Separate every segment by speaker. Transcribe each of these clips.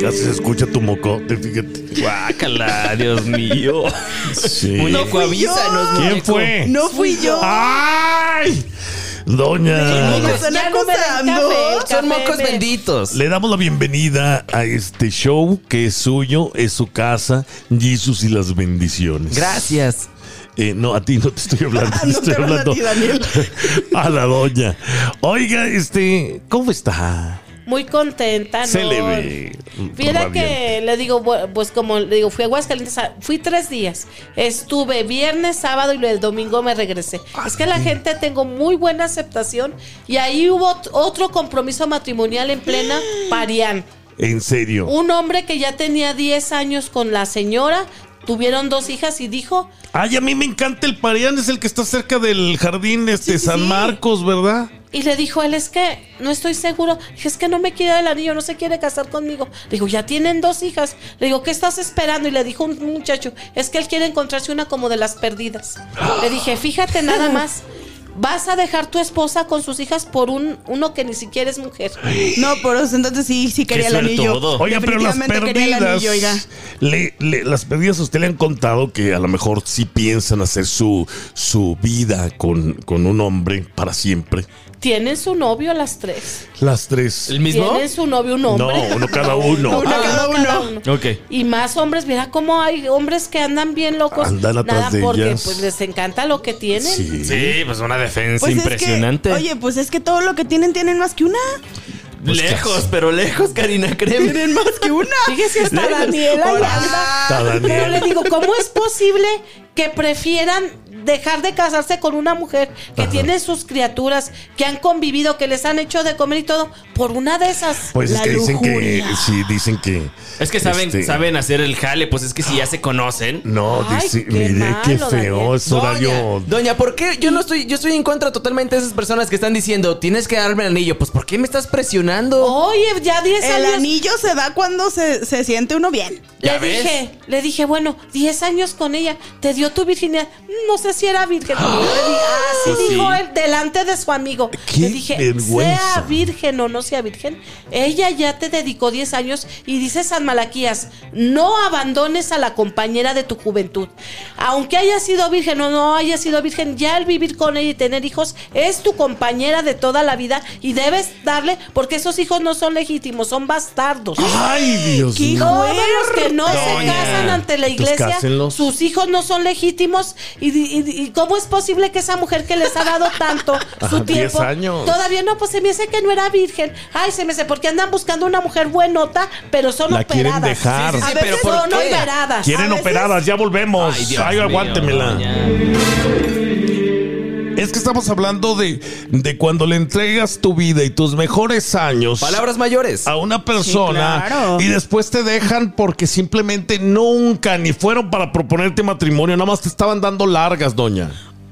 Speaker 1: casi se escucha tu mocote, fíjate.
Speaker 2: Guácala, Dios mío.
Speaker 1: Sí.
Speaker 2: Muñeco, avísanos,
Speaker 1: ¿Quién
Speaker 2: muñeco.
Speaker 1: fue?
Speaker 3: No fui yo.
Speaker 2: Ah.
Speaker 1: ¡Ay! Doña.
Speaker 3: Me están
Speaker 4: Ya no me den
Speaker 3: acosando.
Speaker 4: café.
Speaker 2: Son mocos
Speaker 4: me-
Speaker 2: benditos.
Speaker 1: Le damos la bienvenida a este show que es suyo, es su casa, Jesús y las bendiciones.
Speaker 2: Gracias.
Speaker 1: Eh, no, a ti no te estoy hablando, te
Speaker 3: No
Speaker 1: estoy
Speaker 3: te hablan a
Speaker 1: hablando
Speaker 3: ti, Daniel.
Speaker 1: a la doña. Oiga, este, ¿cómo está?
Speaker 4: Muy contenta, ¿no?
Speaker 1: Se le ve
Speaker 4: Fíjate
Speaker 1: radiante.
Speaker 4: que le digo, bu- pues como le digo, fui a Aguascalientes, a- fui tres días. Estuve viernes, sábado y el domingo me regresé. es que la gente tengo muy buena aceptación y ahí hubo ot- otro compromiso matrimonial en plena Parián.
Speaker 1: En serio.
Speaker 4: Un hombre que ya tenía 10 años con la señora, tuvieron dos hijas y dijo,
Speaker 1: Ay, a mí me encanta el Parián, es el que está cerca del jardín este
Speaker 4: Sí, sí,
Speaker 1: San
Speaker 4: sí.
Speaker 1: Marcos, ¿verdad?
Speaker 4: Y le dijo él, es que no estoy seguro. Dije, es que no me quiere el anillo, no se quiere casar conmigo. Le digo, ya tienen dos hijas. Le digo, ¿qué estás esperando? Y le dijo un muchacho, es que él quiere encontrarse una como de las perdidas. Le dije, fíjate nada más. Vas a dejar tu esposa con sus hijas por un uno que ni siquiera es mujer.
Speaker 3: No, pero entonces sí, sí quería el anillo.
Speaker 2: suertudo.
Speaker 1: Oiga, pero las
Speaker 3: Definitivamente quería el
Speaker 1: perdidas.
Speaker 3: anillo, oiga.
Speaker 1: le- le- las perdidas a usted le han contado que a lo mejor sí piensan hacer su, su vida con, con un hombre para siempre.
Speaker 4: Tienen su novio las tres.
Speaker 1: Las tres.
Speaker 2: ¿El mismo?
Speaker 4: Tienen su novio un
Speaker 1: No,
Speaker 4: hombre.
Speaker 1: uno cada uno.
Speaker 3: Una
Speaker 4: Ah,
Speaker 3: cada uno.
Speaker 2: Ok.
Speaker 4: Y más hombres, mira cómo hay hombres que andan bien locos.
Speaker 1: Andan atrás
Speaker 4: Nada,
Speaker 1: de
Speaker 4: porque
Speaker 1: ellas.
Speaker 4: pues les encanta lo que tienen.
Speaker 1: Sí.
Speaker 2: Sí, pues una defensa
Speaker 3: Pues es que-
Speaker 2: impresionante.
Speaker 3: oye, pues es que todo lo que tienen, tienen más que una.
Speaker 1: pues
Speaker 2: lejos,
Speaker 1: casi.
Speaker 2: pero lejos, Karina, créeme.
Speaker 3: Tienen más que una.
Speaker 4: Fíjese hasta
Speaker 2: Lejos.
Speaker 4: Daniela y
Speaker 3: Hola.
Speaker 4: anda.
Speaker 1: Está Daniel.
Speaker 4: Pero Ah, le digo, ¿cómo es posible que prefieran dejar de casarse con una mujer que tiene sus criaturas, que han convivido, que les han hecho de comer y todo, por una de esas?
Speaker 1: Pues es
Speaker 3: La
Speaker 1: que dicen que.
Speaker 3: lujuria.
Speaker 1: Sí, dicen que.
Speaker 2: Es que saben,
Speaker 1: este,
Speaker 2: saben hacer el jale, pues es que si ya se conocen.
Speaker 1: No,
Speaker 4: Ay,
Speaker 1: dice,
Speaker 4: qué
Speaker 1: mire qué
Speaker 4: malo,
Speaker 1: feo
Speaker 4: Daniel.
Speaker 1: es horario.
Speaker 2: Doña, Doña, ¿por qué? Yo no estoy, yo estoy en contra totalmente de esas personas que están diciendo, tienes que darme el anillo. Pues, ¿por qué me estás presionando?
Speaker 4: Oye, ya 10
Speaker 3: El
Speaker 4: años.
Speaker 3: anillo se da cuando se, se siente uno bien.
Speaker 2: ¿Ya
Speaker 4: Le
Speaker 2: ves?
Speaker 4: dije, le dije, bueno, 10 años con ella, te dio tu virginidad. No sé si era virgen. Le dije, así
Speaker 2: Pues sí.
Speaker 4: dijo él delante de su amigo.
Speaker 1: Qué
Speaker 4: le dije,
Speaker 1: vergüenza.
Speaker 4: sea virgen o no sea virgen, ella ya te dedicó 10 años y dice San Malaquías, no abandones a la compañera de tu juventud. Aunque haya sido virgen o no haya sido virgen, ya el vivir con ella y tener hijos es tu compañera de toda la vida y debes darle, porque esos hijos no son legítimos, son bastardos.
Speaker 1: Ay, Dios
Speaker 3: ¿Qué
Speaker 1: mío.
Speaker 3: hijo?
Speaker 4: Todos los que no se
Speaker 2: Doña.
Speaker 4: casan ante la
Speaker 1: Pues
Speaker 4: iglesia,
Speaker 1: cásenlos.
Speaker 4: sus hijos no son legítimos. Y, y- y cómo es posible que esa mujer que les ha dado tanto
Speaker 1: Ajá,
Speaker 4: su
Speaker 1: 10
Speaker 4: tiempo
Speaker 1: años.
Speaker 4: todavía no? Pues se me hace que no era virgen. Ay, se me hace porque andan buscando una mujer buenota, pero son
Speaker 1: La quieren
Speaker 4: operadas.
Speaker 1: dejar. Sí, sí,
Speaker 2: sí,
Speaker 4: A veces
Speaker 2: pero ¿por
Speaker 4: son
Speaker 2: qué?
Speaker 4: operadas.
Speaker 1: Quieren
Speaker 3: A veces-
Speaker 1: operadas, ya volvemos. Ay,
Speaker 2: mío,
Speaker 1: aguántemela.
Speaker 2: doña.
Speaker 1: Es que estamos hablando de, de cuando le entregas tu vida y tus mejores años
Speaker 2: Palabras mayores.
Speaker 1: a una persona
Speaker 3: Sí, claro.
Speaker 1: y después te dejan porque simplemente nunca ni fueron para proponerte matrimonio, nada más te estaban dando largas, doña.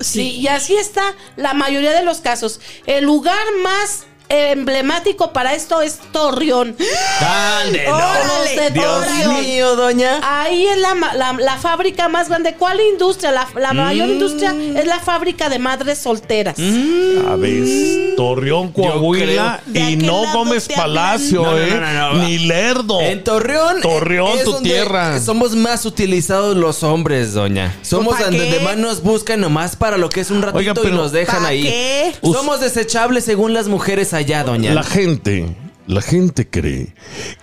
Speaker 4: Sí, y así está la mayoría de los casos. El lugar más emblemático para esto es Torreón.
Speaker 2: Dale, no.
Speaker 3: Órale,
Speaker 4: Los de
Speaker 2: Dios
Speaker 4: Torreón.
Speaker 2: mío, doña.
Speaker 4: Ahí es la, ma- la- la fábrica más grande. ¿Cuál industria? La, la mayor industria es la fábrica de madres solteras.
Speaker 1: A ver, Torreón, Coahuila
Speaker 3: creo. Oh, ¿De
Speaker 1: y
Speaker 3: aquel
Speaker 1: no
Speaker 3: lado
Speaker 1: Gómez
Speaker 3: te hablan?
Speaker 1: Palacio,
Speaker 2: No, no,
Speaker 1: ¿eh?
Speaker 2: no, no, no.
Speaker 1: Ni Lerdo.
Speaker 2: En Torreón.
Speaker 1: Oh, Torreón,
Speaker 2: es
Speaker 1: tu
Speaker 2: donde
Speaker 1: tierra.
Speaker 2: Somos más utilizados los hombres, doña. Somos
Speaker 3: ¿Pa'
Speaker 2: donde
Speaker 3: qué?
Speaker 2: más nos buscan nomás para lo que es un ratito
Speaker 1: Oiga,
Speaker 2: y
Speaker 1: pero
Speaker 2: nos dejan
Speaker 3: ¿pa'
Speaker 2: ahí.
Speaker 3: qué?
Speaker 2: Somos desechables según las mujeres allá, doña.
Speaker 1: La gente, la gente cree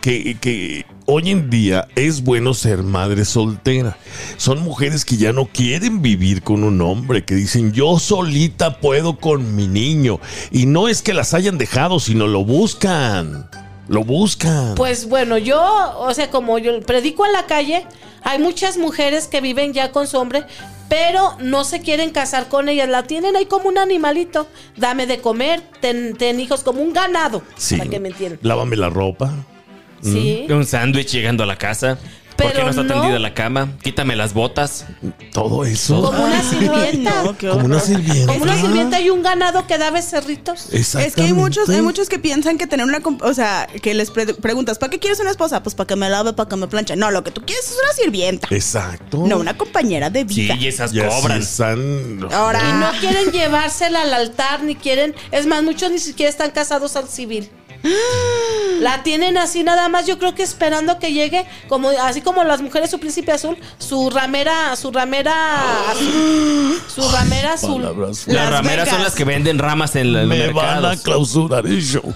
Speaker 1: que, que hoy en día es bueno ser madre soltera. Son mujeres que ya no quieren vivir con un hombre, que dicen yo solita puedo con mi niño. Y no es que las hayan dejado, sino lo buscan. Lo buscan.
Speaker 4: Pues bueno, yo, o sea, como yo predico en la calle, hay muchas mujeres que viven ya con su hombre, pero no se quieren casar con ellas. La tienen ahí como un animalito. Dame de comer, ten, ten hijos, como un ganado.
Speaker 1: sí.
Speaker 4: Para que me entiendan.
Speaker 1: Lávame la ropa.
Speaker 4: Sí.
Speaker 2: Un sándwich llegando a la casa. ¿Por qué
Speaker 4: Pero
Speaker 2: no está
Speaker 4: no.
Speaker 2: tendida la cama? Quítame las botas.
Speaker 1: Todo eso.
Speaker 4: Como una sirvienta.
Speaker 3: Ah. No, qué
Speaker 1: Como una
Speaker 3: horror.
Speaker 1: sirvienta.
Speaker 4: Como una sirvienta y un ganado que da becerritos.
Speaker 3: Es que hay muchos, hay
Speaker 1: Exactamente.
Speaker 3: muchos que piensan que tener una, comp- o sea, que les pre- preguntas, ¿para qué quieres una esposa? Pues para que me lave, para que me planche. No, lo que tú quieres es una sirvienta,
Speaker 1: Exacto.
Speaker 3: no una compañera de
Speaker 2: Sí,
Speaker 3: vida.
Speaker 2: y esas
Speaker 1: Y así
Speaker 2: cobran.
Speaker 1: están-
Speaker 3: Ahora,
Speaker 4: Y no quieren llevársela al altar, ni quieren. Es más, muchos ni siquiera están casados al civil. La tienen así nada más, yo creo que esperando que llegue, como así como las mujeres su príncipe azul, su ramera, su ramera azul, su ramera azul.
Speaker 1: Palabras.
Speaker 2: Las,
Speaker 3: Las
Speaker 2: rameras son
Speaker 3: Vegas.
Speaker 2: las que venden ramas en los
Speaker 1: Me van a
Speaker 2: mercados.
Speaker 1: clausurar el show.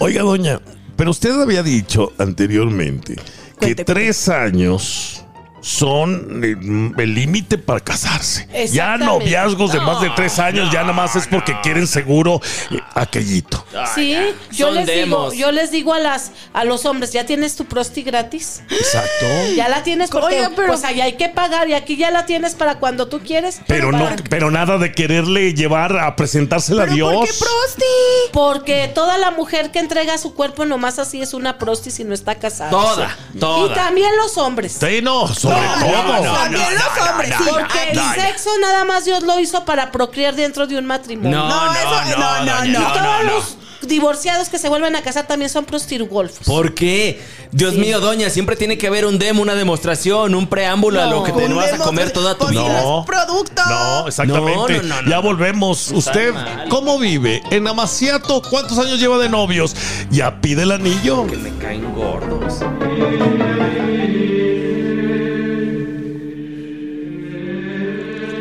Speaker 1: Oiga, doña, pero usted había dicho anteriormente que
Speaker 3: Cuente, cuente.
Speaker 1: tres años son el el límite para casarse. Ya
Speaker 4: Exactamente.
Speaker 1: noviazgos de más de tres años, ya nada más es porque quieren seguro eh, aquellito.
Speaker 4: Sí, yo
Speaker 2: Son
Speaker 4: les
Speaker 2: demos.
Speaker 4: digo, yo les digo a las a los hombres, ya tienes tu prosti gratis.
Speaker 1: Exacto.
Speaker 4: Ya la tienes porque
Speaker 3: Oiga, pero-
Speaker 4: pues allá hay que pagar y aquí ya la tienes para cuando tú quieres.
Speaker 1: Pero no,
Speaker 4: Para-
Speaker 1: pero nada de quererle llevar a presentársela a
Speaker 3: ¿Pero
Speaker 1: Dios.
Speaker 3: por qué prosti?
Speaker 4: Porque toda la mujer que entrega su cuerpo nomás así es una prosti si no está casada.
Speaker 2: Toda,
Speaker 4: Y
Speaker 2: toda.
Speaker 4: también los hombres.
Speaker 1: Sí, no, sobre todo.
Speaker 2: No, no, no,
Speaker 3: También los hombres, sí.
Speaker 4: Porque el
Speaker 1: no, no.
Speaker 4: sexo nada más Dios lo hizo para procrear dentro de un matrimonio.
Speaker 2: No, no,
Speaker 3: No, eso-
Speaker 2: no,
Speaker 3: no, no,
Speaker 2: doña,
Speaker 3: no.
Speaker 2: no, no,
Speaker 4: Todos
Speaker 2: no.
Speaker 4: los divorciados que se vuelven a casar también son prostirugolfos.
Speaker 2: ¿Por qué? Dios mío, doña, siempre tiene que haber un demo, una demostración, un preámbulo a lo que te
Speaker 3: Un
Speaker 2: vas a comer
Speaker 3: demostr-
Speaker 2: toda tu
Speaker 3: pues,
Speaker 2: vida.
Speaker 3: sí, los productos.
Speaker 1: No, exactamente.
Speaker 2: No, no, no,
Speaker 1: ya
Speaker 2: no.
Speaker 1: volvemos. Usted,
Speaker 2: mal.
Speaker 1: ¿cómo vive? En Amaciato, ¿cuántos años lleva de novios? Ya pide el anillo.
Speaker 2: Que me caen gordos.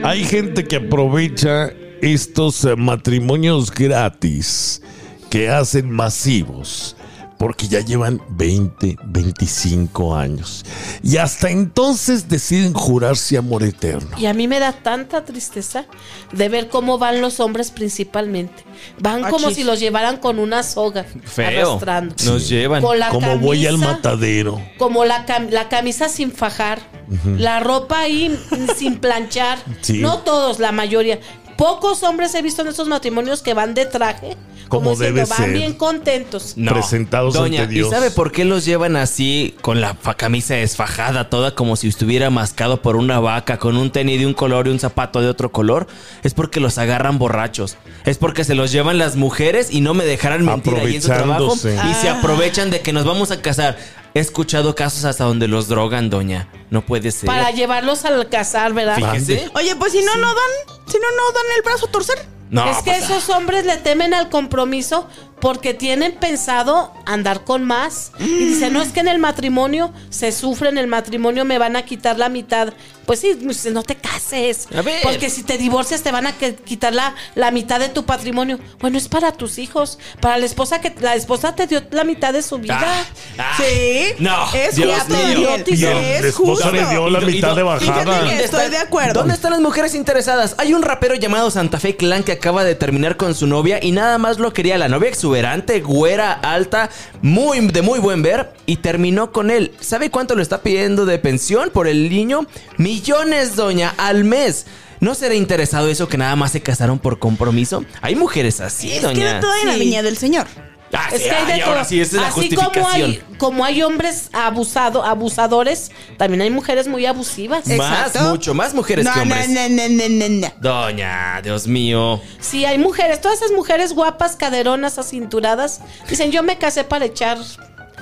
Speaker 1: Hay gente que aprovecha estos eh, matrimonios gratis que hacen masivos. Porque ya llevan 20, 25 años. Y hasta entonces deciden jurarse amor eterno.
Speaker 4: Y a mí me da tanta tristeza de ver cómo van los hombres principalmente. Van como
Speaker 3: Achis.
Speaker 4: si los llevaran con una soga
Speaker 2: Ah, Feo.
Speaker 4: arrastrando.
Speaker 2: Nos llevan.
Speaker 4: Con la
Speaker 1: Como voy al
Speaker 4: camisa-
Speaker 1: matadero.
Speaker 4: como la, cam- la camisa sin fajar, la ropa ahí sin planchar.
Speaker 1: Sí.
Speaker 4: No todos, la mayoría. Pocos hombres he visto en esos matrimonios que van de traje.
Speaker 1: Como debe
Speaker 4: van
Speaker 1: ser.
Speaker 4: bien contentos.
Speaker 1: presentados
Speaker 2: Doña,
Speaker 1: ante Dios.
Speaker 2: ¿y sabe por qué los llevan así con la fa- camisa desfajada, toda como si estuviera mascado por una vaca, con un tenis de un color y un zapato de otro color? Es porque los agarran borrachos. Es porque se los llevan las mujeres y no me dejarán mentir ahí en su trabajo.
Speaker 1: Aprovechándose.
Speaker 2: Y
Speaker 4: Ah.
Speaker 2: se aprovechan de que nos vamos a casar. He escuchado casos hasta donde los drogan, doña. No puede ser.
Speaker 4: Para llevarlos al cazar, ¿verdad?
Speaker 2: Fíjese.
Speaker 1: Ande.
Speaker 3: Oye, pues si no, no dan. Si no, no dan el brazo a torcer.
Speaker 2: No,
Speaker 4: es que
Speaker 2: pues,
Speaker 4: esos hombres le temen al compromiso porque tienen pensado andar con más. Y dicen, no, es que en el matrimonio se sufre, en el matrimonio me van a quitar la mitad. Pues sí, pues, no te cases.
Speaker 2: A ver.
Speaker 4: Porque si te divorcias te van a que- quitar la, la mitad de tu patrimonio. Bueno, es para tus hijos, para la esposa que la esposa te dio la mitad de su vida.
Speaker 2: ah, ah,
Speaker 3: Sí.
Speaker 2: No,
Speaker 3: Es
Speaker 2: Dios
Speaker 3: justo,
Speaker 2: mío.
Speaker 3: Daniel.
Speaker 1: Y el
Speaker 3: Es
Speaker 1: esposo
Speaker 3: justo.
Speaker 1: le dio la
Speaker 2: Y do- y
Speaker 1: mitad
Speaker 2: do-
Speaker 1: de
Speaker 3: Fíjate
Speaker 1: bajada.
Speaker 3: que- Estoy de acuerdo.
Speaker 2: ¿Dónde están las mujeres interesadas? Hay un rapero llamado Santa Fe Clan que acaba de terminar con su novia y nada más lo quería la novia exuberante, güera, alta, muy de muy buen ver y terminó con él. ¿Sabe cuánto le está pidiendo de pensión por el niño? Millones, doña, al mes. ¿No será interesado eso que nada más se casaron por compromiso? Hay mujeres así,
Speaker 3: Es que
Speaker 2: doña.
Speaker 3: era toda en la
Speaker 4: Sí.
Speaker 3: viña del señor.
Speaker 2: Ah,
Speaker 4: Es
Speaker 2: sí,
Speaker 4: que hay de
Speaker 2: ay, ahora
Speaker 4: todo.
Speaker 2: sí, esa es la
Speaker 4: Así como
Speaker 2: justificación.
Speaker 4: hay, como hay hombres abusado, abusadores, también hay mujeres muy abusivas.
Speaker 2: Más, mucho más mujeres
Speaker 3: no,
Speaker 2: que hombres.
Speaker 3: No, no, no, no, no.
Speaker 2: Doña, Dios mío.
Speaker 4: Sí, hay mujeres, todas esas mujeres guapas, caderonas, acinturadas, dicen yo me casé para echar,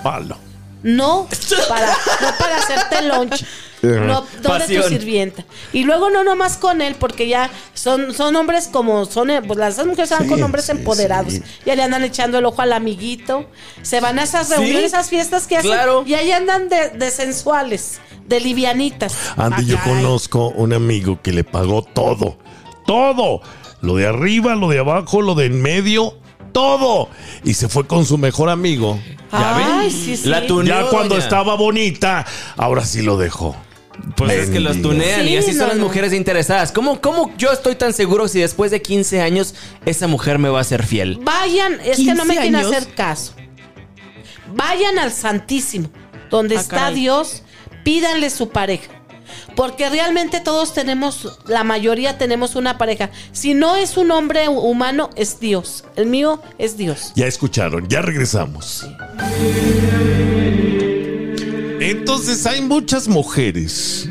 Speaker 1: Palo.
Speaker 4: no para, no para hacerte lunch. No, ¿dónde tu
Speaker 2: Pasión.
Speaker 4: sirvienta? Y luego no nomás con él, porque ya son, son hombres como son, eh, pues las esas mujeres van
Speaker 1: Sí,
Speaker 4: con hombres
Speaker 1: sí,
Speaker 4: empoderados.
Speaker 1: sí.
Speaker 4: Ya le andan echando el ojo al amiguito, se van a esas
Speaker 2: Sí,
Speaker 4: reuniones, esas fiestas que hacen,
Speaker 2: claro.
Speaker 4: y ahí andan de, de sensuales, de livianitas.
Speaker 1: Andy, yo conozco un amigo que le pagó todo. Todo. Lo de arriba, lo de abajo, lo de en medio. Todo. Y se fue con su mejor amigo.
Speaker 2: ¿Ya ven?
Speaker 4: Ay, sí, sí.
Speaker 2: La tuneó,
Speaker 1: ya cuando
Speaker 2: doña.
Speaker 1: estaba bonita, ahora sí lo dejó.
Speaker 2: Pues es que los
Speaker 1: Mendigo.
Speaker 2: tunean y
Speaker 4: Sí,
Speaker 2: así son
Speaker 4: no,
Speaker 2: las
Speaker 4: no.
Speaker 2: mujeres interesadas. ¿Cómo, ¿Cómo yo estoy tan seguro si después de 15 años esa mujer me va a ser fiel?
Speaker 4: Vayan, es que no me
Speaker 3: 15
Speaker 4: quieren
Speaker 3: años.
Speaker 4: hacer caso. Vayan al Santísimo, donde
Speaker 3: Ah,
Speaker 4: está
Speaker 3: caray.
Speaker 4: Dios, pídanle su pareja. Porque realmente todos tenemos, la mayoría tenemos una pareja. Si no es un hombre hu- humano, es Dios. El mío es Dios.
Speaker 1: Ya escucharon, ya regresamos. Entonces hay muchas mujeres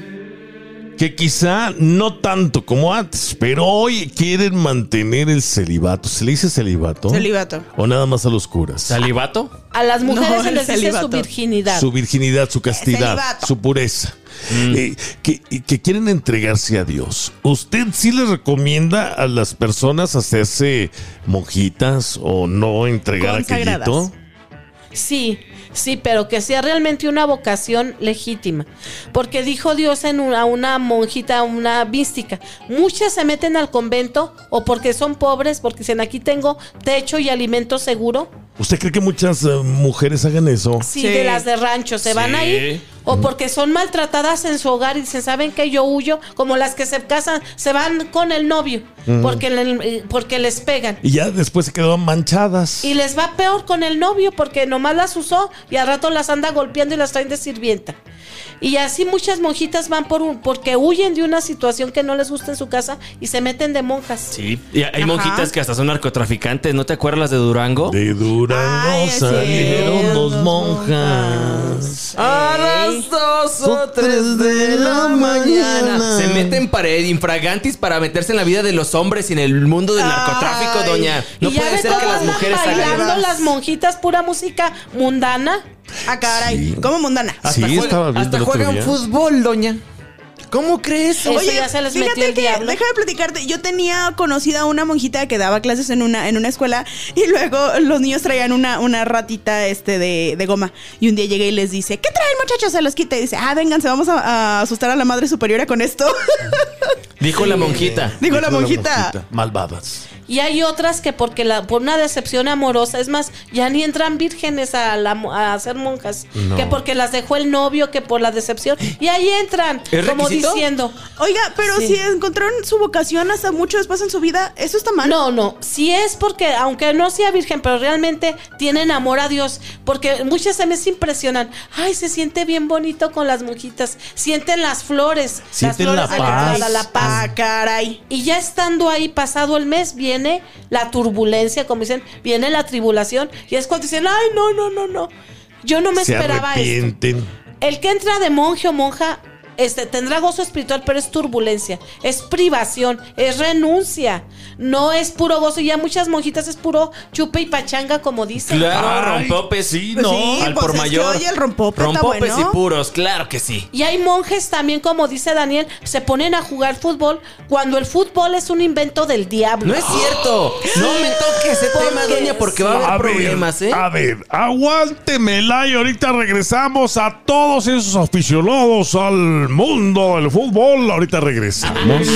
Speaker 1: que quizá no tanto como antes, pero hoy quieren mantener el celibato. ¿Se le dice celibato?
Speaker 3: Celibato.
Speaker 1: O nada más a los curas.
Speaker 2: ¿Salivato?
Speaker 4: A las mujeres
Speaker 3: No,
Speaker 4: se
Speaker 3: el
Speaker 4: les dice su
Speaker 3: celibato.
Speaker 4: virginidad.
Speaker 1: Su virginidad, su castidad,
Speaker 3: Celibato.
Speaker 1: su pureza. Eh, que, y que quieren entregarse a Dios. ¿Usted sí le recomienda a las personas hacerse monjitas o no entregar
Speaker 3: Consagradas.
Speaker 1: aquellito?
Speaker 4: Sí, sí, pero que sea realmente una vocación legítima. Porque dijo Dios en una, a una monjita, a una mística, muchas se meten al convento o porque son pobres, porque dicen aquí tengo techo y alimento seguro.
Speaker 1: ¿Usted cree que muchas eh, mujeres hagan eso?
Speaker 4: Sí,
Speaker 3: Sí.
Speaker 4: de las de rancho, se van
Speaker 2: Sí.
Speaker 4: ahí. O porque son maltratadas en su hogar y dicen, ¿saben que yo huyo? Como las que se casan, se van con el novio porque, le- porque les pegan.
Speaker 1: Y ya después se quedaban manchadas.
Speaker 4: Y les va peor con el novio porque nomás las usó y al rato las anda golpeando y las traen de sirvienta. Y así muchas monjitas van por un, porque huyen de una situación que no les gusta en su casa y se meten de monjas.
Speaker 2: Sí, y hay
Speaker 3: Ajá.
Speaker 2: monjitas que hasta son narcotraficantes, ¿no te acuerdas de Durango?
Speaker 1: De Durango
Speaker 3: Ay, es
Speaker 1: salieron
Speaker 3: cierto, Ah,
Speaker 1: dos
Speaker 3: dos
Speaker 1: monjas.
Speaker 2: A las dos o tres de la mañana. Se meten pared infragantis para meterse en la vida de los hombres y en el mundo del narcotráfico,
Speaker 3: Ay.
Speaker 2: doña. No
Speaker 4: y ya
Speaker 2: puede
Speaker 4: ve
Speaker 2: ser que
Speaker 4: cómo
Speaker 2: las
Speaker 4: andan
Speaker 2: mujeres hagan
Speaker 4: bailando
Speaker 2: eso.
Speaker 3: eso.
Speaker 4: las monjitas pura música mundana.
Speaker 3: Ah, caray.
Speaker 1: Sí.
Speaker 3: ¿Cómo mundana?
Speaker 1: Sí,
Speaker 2: juega-
Speaker 1: estaba viendo
Speaker 2: hasta
Speaker 1: el otro
Speaker 2: juegan
Speaker 1: día.
Speaker 2: fútbol, doña. ¿Cómo crees?
Speaker 4: Eso ya se les metió el
Speaker 3: que,
Speaker 4: diablo.
Speaker 3: déjame platicarte, yo tenía conocida a una monjita que daba clases en una, en una escuela y luego los niños traían una, una ratita este de, de goma. Y un día llegué y les dice, ¿qué traen muchachos? Se los quita y dice, ah, vénganse, vamos a, a asustar a la madre superiora con esto.
Speaker 2: Dijo la monjita.
Speaker 3: Digo, la monjita.
Speaker 1: Malvadas.
Speaker 4: Y hay otras que porque la, por una decepción amorosa, es más, ya ni entran vírgenes a, la, mo- a ser monjas.
Speaker 1: No.
Speaker 4: Que porque las dejó el novio, que por la decepción. Y ahí entran,
Speaker 2: ¿Es
Speaker 4: como
Speaker 2: requisito?
Speaker 4: diciendo.
Speaker 3: Oiga, pero
Speaker 4: Sí.
Speaker 3: si encontraron su vocación hasta mucho después en su vida, ¿eso está mal?
Speaker 4: No, no, si es porque, aunque no sea virgen, pero realmente tienen amor a Dios, porque muchas se me se impresionan. Ay, se siente bien bonito con las monjitas, sienten las flores,
Speaker 1: Sienten la
Speaker 4: las flores agarradas,
Speaker 1: paz.
Speaker 4: la paz.
Speaker 3: Ah, caray.
Speaker 4: Y ya estando ahí pasado el mes, viene la turbulencia, como dicen, viene la tribulación, y es cuando dicen, ay, no, no, no, no, yo no me
Speaker 1: se
Speaker 4: esperaba esto.
Speaker 1: arrepienten.
Speaker 4: El que entra de monje o monja este, tendrá gozo espiritual, pero es turbulencia, es privación, es renuncia. No es puro gozo. Ya muchas monjitas es puro chupe y pachanga, como dicen.
Speaker 2: Claro,
Speaker 1: Ay,
Speaker 2: rompopes, sí,
Speaker 3: pues
Speaker 2: no,
Speaker 3: sí,
Speaker 2: al por
Speaker 3: pues es que
Speaker 2: mayor.
Speaker 3: hoy el rompope está
Speaker 2: rompopes
Speaker 3: bueno.
Speaker 2: y puros, claro que sí.
Speaker 4: Y hay monjes también, como dice Daniel, se ponen a jugar fútbol cuando el fútbol es un invento del diablo.
Speaker 2: No es cierto. No me toque ese
Speaker 4: ¿Por
Speaker 2: tema,
Speaker 4: qué?
Speaker 2: doña, porque va a haber problemas, ¿eh?
Speaker 1: a ver, aguántemela y ahorita regresamos a todos esos aficionados al mundo del fútbol. Ahorita regresamos.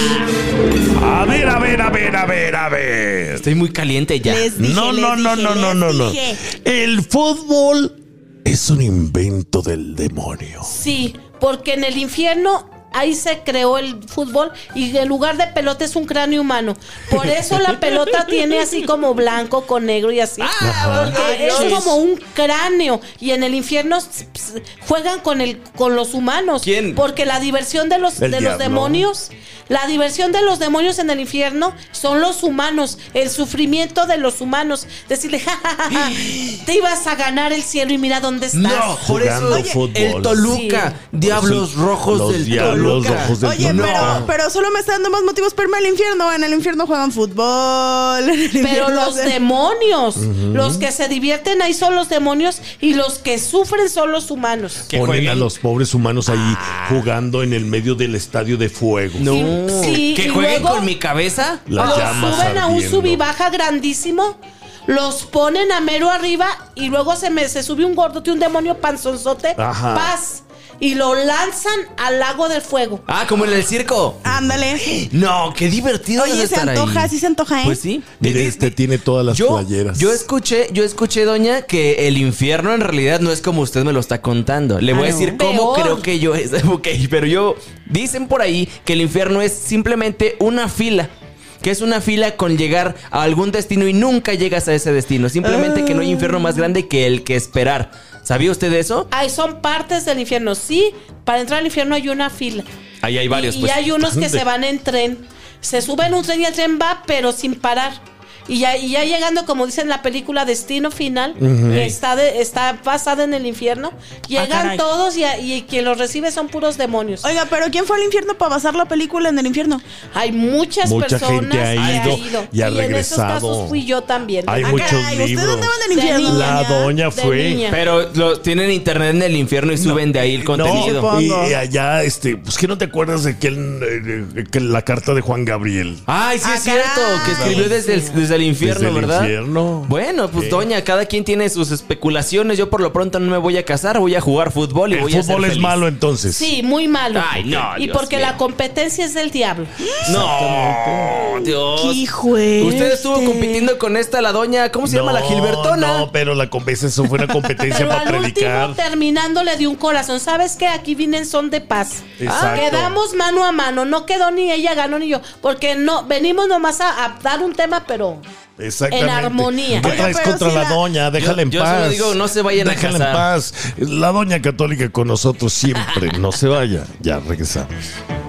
Speaker 1: A ver, a ver, a ver, a ver, a ver.
Speaker 2: Estoy muy caliente ya.
Speaker 3: Les dije,
Speaker 1: No,
Speaker 3: les
Speaker 1: no, no,
Speaker 3: dije,
Speaker 1: no, no,
Speaker 3: les
Speaker 1: no, no.
Speaker 3: dije.
Speaker 1: El fútbol es un invento del demonio.
Speaker 4: Sí, porque en el infierno ahí se creó el fútbol y en lugar de pelota es un cráneo humano. Por eso la pelota tiene así como blanco con negro y así. Porque es como un cráneo y en el infierno s- s- juegan con el con los humanos.
Speaker 2: ¿Quién?
Speaker 4: Porque la diversión de los
Speaker 1: El
Speaker 4: de
Speaker 1: diablo.
Speaker 4: los demonios, la diversión de los demonios en el infierno son los humanos, el sufrimiento de los humanos. Decirle, "Ja, ja, ja, ja, te ibas a ganar el cielo y mira dónde estás.
Speaker 2: No, por eso
Speaker 1: Jugando fútbol.
Speaker 2: el Toluca,
Speaker 4: Sí.
Speaker 2: Diablos Rojos
Speaker 1: Los
Speaker 2: del
Speaker 1: Diablos
Speaker 2: Toluca.
Speaker 1: Rojos del
Speaker 3: Oye,
Speaker 1: No.
Speaker 3: pero, pero solo me está dando más motivos para irme al infierno. En el infierno juegan fútbol. en el
Speaker 4: Pero
Speaker 3: infierno
Speaker 4: los
Speaker 3: hacen-
Speaker 4: demonios, los que se divierten ahí son los demonios y los que sufren son los humanos.
Speaker 2: Que
Speaker 1: Ponen
Speaker 2: jueguen.
Speaker 1: a los pobres humanos ahí jugando en el medio del estadio de fuego.
Speaker 2: Ah. No.
Speaker 4: Sí, y
Speaker 2: que jueguen
Speaker 4: luego-
Speaker 2: con mi cabeza.
Speaker 1: Las
Speaker 4: los
Speaker 1: llamas
Speaker 4: suben a un
Speaker 1: ardiendo.
Speaker 4: sub y baja grandísimo, los ponen a mero arriba y luego se, me, se sube un gordote, un demonio panzonzote,
Speaker 1: Ajá.
Speaker 4: paz, y lo lanzan al lago del fuego.
Speaker 2: Ah, como en el circo.
Speaker 3: Ándale.
Speaker 2: No, qué divertido
Speaker 3: Oye,
Speaker 2: es
Speaker 3: se
Speaker 2: estar
Speaker 3: antoja,
Speaker 2: ahí.
Speaker 3: sí se antoja, ¿eh?
Speaker 2: Pues sí.
Speaker 1: Mire, este tiene todas las
Speaker 2: Yo,
Speaker 1: playeras.
Speaker 2: yo escuché, yo escuché, doña, que el infierno en realidad no es como usted me lo está contando. Le voy
Speaker 3: Ah,
Speaker 2: a
Speaker 3: ¿no?
Speaker 2: decir cómo
Speaker 4: Peor.
Speaker 2: creo que yo es. Ok, pero yo dicen por ahí que el infierno es simplemente una fila. Que es una fila con llegar a algún destino y nunca llegas a ese destino. Simplemente que no hay
Speaker 4: Ah.
Speaker 2: infierno más grande que el que esperar. ¿Sabía usted eso?
Speaker 4: Ahí son partes del infierno. Sí, para entrar al infierno hay una fila.
Speaker 2: Ahí hay varios,
Speaker 4: Y,
Speaker 2: pues.
Speaker 4: y hay unos que
Speaker 1: ¿Dónde?
Speaker 4: se van en tren. Se suben un tren y el tren va, pero sin parar. Y ya, y ya llegando, como dice en la película Destino Final, que está, de- está basada en el infierno, llegan
Speaker 3: caray.
Speaker 4: todos y, a- y quien los recibe son puros demonios.
Speaker 3: Oiga, pero ¿quién fue al infierno para basar la película en el infierno?
Speaker 4: Hay muchas
Speaker 1: Mucha
Speaker 4: personas
Speaker 1: gente ha
Speaker 4: que
Speaker 1: ido y ha
Speaker 4: en esos
Speaker 1: regresado.
Speaker 4: casos fui yo también.
Speaker 1: Hay
Speaker 3: Ah,
Speaker 1: muchos
Speaker 3: caray, ¿Ustedes
Speaker 1: libros.
Speaker 3: dónde van al
Speaker 4: De
Speaker 3: infierno?
Speaker 4: niña.
Speaker 1: La doña
Speaker 4: De
Speaker 1: fue.
Speaker 4: niña.
Speaker 2: Pero lo, tienen internet en el infierno y suben de ahí el contenido.
Speaker 1: No, y
Speaker 3: Supongo.
Speaker 1: eh, allá, este, pues que no te acuerdas de aquel, eh, eh, que la carta de Juan Gabriel.
Speaker 2: Ay, sí
Speaker 3: Ah,
Speaker 2: es cierto,
Speaker 3: caray.
Speaker 2: que escribió desde, el- desde Desde el infierno,
Speaker 1: Desde el
Speaker 2: ¿verdad?
Speaker 1: infierno.
Speaker 2: Bueno, pues
Speaker 1: Sí.
Speaker 2: doña, cada quien tiene sus especulaciones. Yo por lo pronto no me voy a casar, voy a jugar fútbol y
Speaker 1: El
Speaker 2: voy a ser
Speaker 1: fútbol es
Speaker 2: feliz.
Speaker 1: malo entonces.
Speaker 4: Sí, muy malo.
Speaker 2: Ay, no,
Speaker 4: Y
Speaker 2: Dios
Speaker 4: porque
Speaker 2: mío.
Speaker 4: la competencia es del diablo.
Speaker 2: No, Dios.
Speaker 3: ¡Qué hijo es
Speaker 2: Usted estuvo
Speaker 3: este?
Speaker 2: compitiendo con esta, la doña, ¿cómo se llama? La
Speaker 1: No,
Speaker 2: Gilbertona.
Speaker 1: No, pero la competencia eso fue una competencia
Speaker 4: Pero
Speaker 1: para
Speaker 4: al último
Speaker 1: predicar.
Speaker 4: terminándole de un corazón. ¿Sabes qué? Aquí vienen son de paz.
Speaker 1: Exacto.
Speaker 4: Quedamos mano a mano. No quedó ni ella ganó ni yo. Porque no, venimos nomás a, a dar un tema, pero.
Speaker 1: Exactamente.
Speaker 4: en armonía.
Speaker 1: ¿Qué
Speaker 4: Oye,
Speaker 1: traes
Speaker 3: pero
Speaker 1: contra
Speaker 3: si
Speaker 1: la
Speaker 3: la-
Speaker 1: doña? Déjala en
Speaker 2: yo
Speaker 1: paz.
Speaker 2: solo digo, no se vayan a
Speaker 1: Déjala
Speaker 2: casar.
Speaker 1: en paz. La doña católica con nosotros siempre. No se vaya. Ya regresamos.